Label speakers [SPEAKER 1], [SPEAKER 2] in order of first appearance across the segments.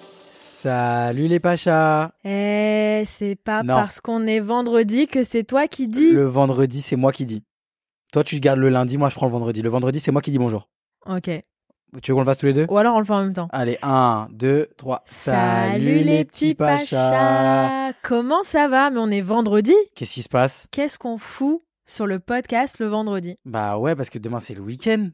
[SPEAKER 1] Salut les Pachas
[SPEAKER 2] Eh, c'est pas
[SPEAKER 1] Non.
[SPEAKER 2] parce qu'on est vendredi que c'est toi qui dis.
[SPEAKER 1] Le vendredi, c'est moi qui dis. Toi, tu gardes le lundi, moi, je prends le vendredi. Le vendredi, c'est moi qui dis bonjour.
[SPEAKER 2] Ok.
[SPEAKER 1] Tu veux qu'on le fasse tous les deux
[SPEAKER 2] Ou alors on le fait en même temps.
[SPEAKER 1] Allez, 1, 2, 3. Pachas
[SPEAKER 2] Comment ça va Mais on est vendredi.
[SPEAKER 1] Qu'est-ce qui se passe
[SPEAKER 2] Qu'est-ce qu'on fout sur le podcast le vendredi
[SPEAKER 1] Bah ouais, parce que demain, c'est le week-end.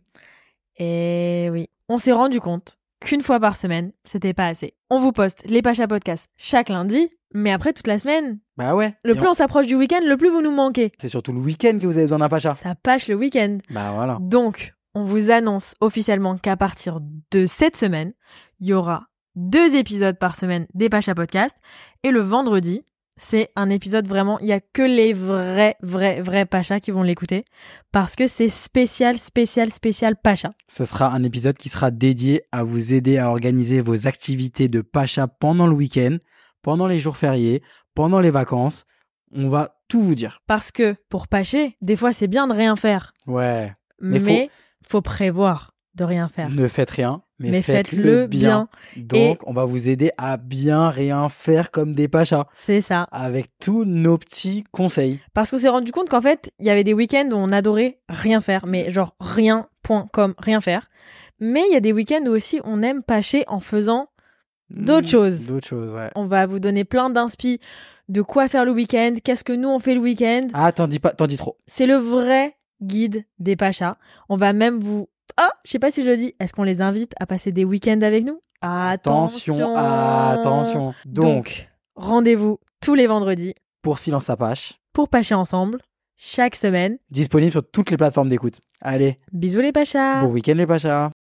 [SPEAKER 2] Eh oui. On s'est rendu compte qu'une fois par semaine, c'était pas assez. On vous poste les Pacha Podcast chaque lundi, mais après toute la semaine,
[SPEAKER 1] Bah ouais.
[SPEAKER 2] le
[SPEAKER 1] Et
[SPEAKER 2] plus
[SPEAKER 1] on-
[SPEAKER 2] on s'approche du week-end, le plus vous nous manquez.
[SPEAKER 1] C'est surtout le week-end que vous avez besoin d'un Pacha.
[SPEAKER 2] Ça pâche le week-end.
[SPEAKER 1] Bah
[SPEAKER 2] Hein.
[SPEAKER 1] voilà.
[SPEAKER 2] Donc, on vous annonce officiellement qu'à partir de cette semaine, il y aura deux épisodes par semaine des Pacha Podcast. Et le vendredi, c'est un épisode vraiment, il y a que les vrais, vrais, vrais Pachas qui vont l'écouter. Parce que c'est spécial, spécial, spécial Pacha.
[SPEAKER 1] Ce sera un épisode qui sera dédié à vous aider à organiser vos activités de Pacha pendant le week-end, pendant les jours fériés, pendant les vacances. On va tout vous dire.
[SPEAKER 2] Parce que pour Pacher, des fois c'est bien de rien faire.
[SPEAKER 1] Ouais. Mais
[SPEAKER 2] Mais,
[SPEAKER 1] faut-
[SPEAKER 2] faut... prévoir de rien faire.
[SPEAKER 1] Ne faites rien, mais,
[SPEAKER 2] Mais, faites-le bien.
[SPEAKER 1] Donc, on va vous aider à bien rien faire comme des pachas,
[SPEAKER 2] C'est ça.
[SPEAKER 1] avec tous nos petits conseils.
[SPEAKER 2] Parce qu'on s'est rendu compte qu'en fait, il y avait des week-ends où on adorait rien faire,
[SPEAKER 1] Mm.
[SPEAKER 2] mais genre rien, point, comme rien faire. Mais il y a des week-ends où aussi on aime pâcher en faisant.
[SPEAKER 1] Mm,
[SPEAKER 2] D'autres choses.
[SPEAKER 1] D'autres choses, ouais.
[SPEAKER 2] On va vous donner plein d'inspi de quoi faire le week-end, qu'est-ce que nous on fait le week-end.
[SPEAKER 1] Ah, t'en dis pas, t'en dis trop.
[SPEAKER 2] C'est le vrai guide des pachas. On va même vous. Ah, je sais pas si je le dis. Est-ce qu'on les invite à passer des week-ends avec nous Attention.
[SPEAKER 1] attention. Donc,
[SPEAKER 2] Donc, rendez-vous tous les vendredis
[SPEAKER 1] pour Silence à Pache,
[SPEAKER 2] pour pâcher ensemble, chaque semaine.
[SPEAKER 1] disponible sur toutes les plateformes d'écoute. Allez,
[SPEAKER 2] Bisous les pachas
[SPEAKER 1] bon week-end les pachas.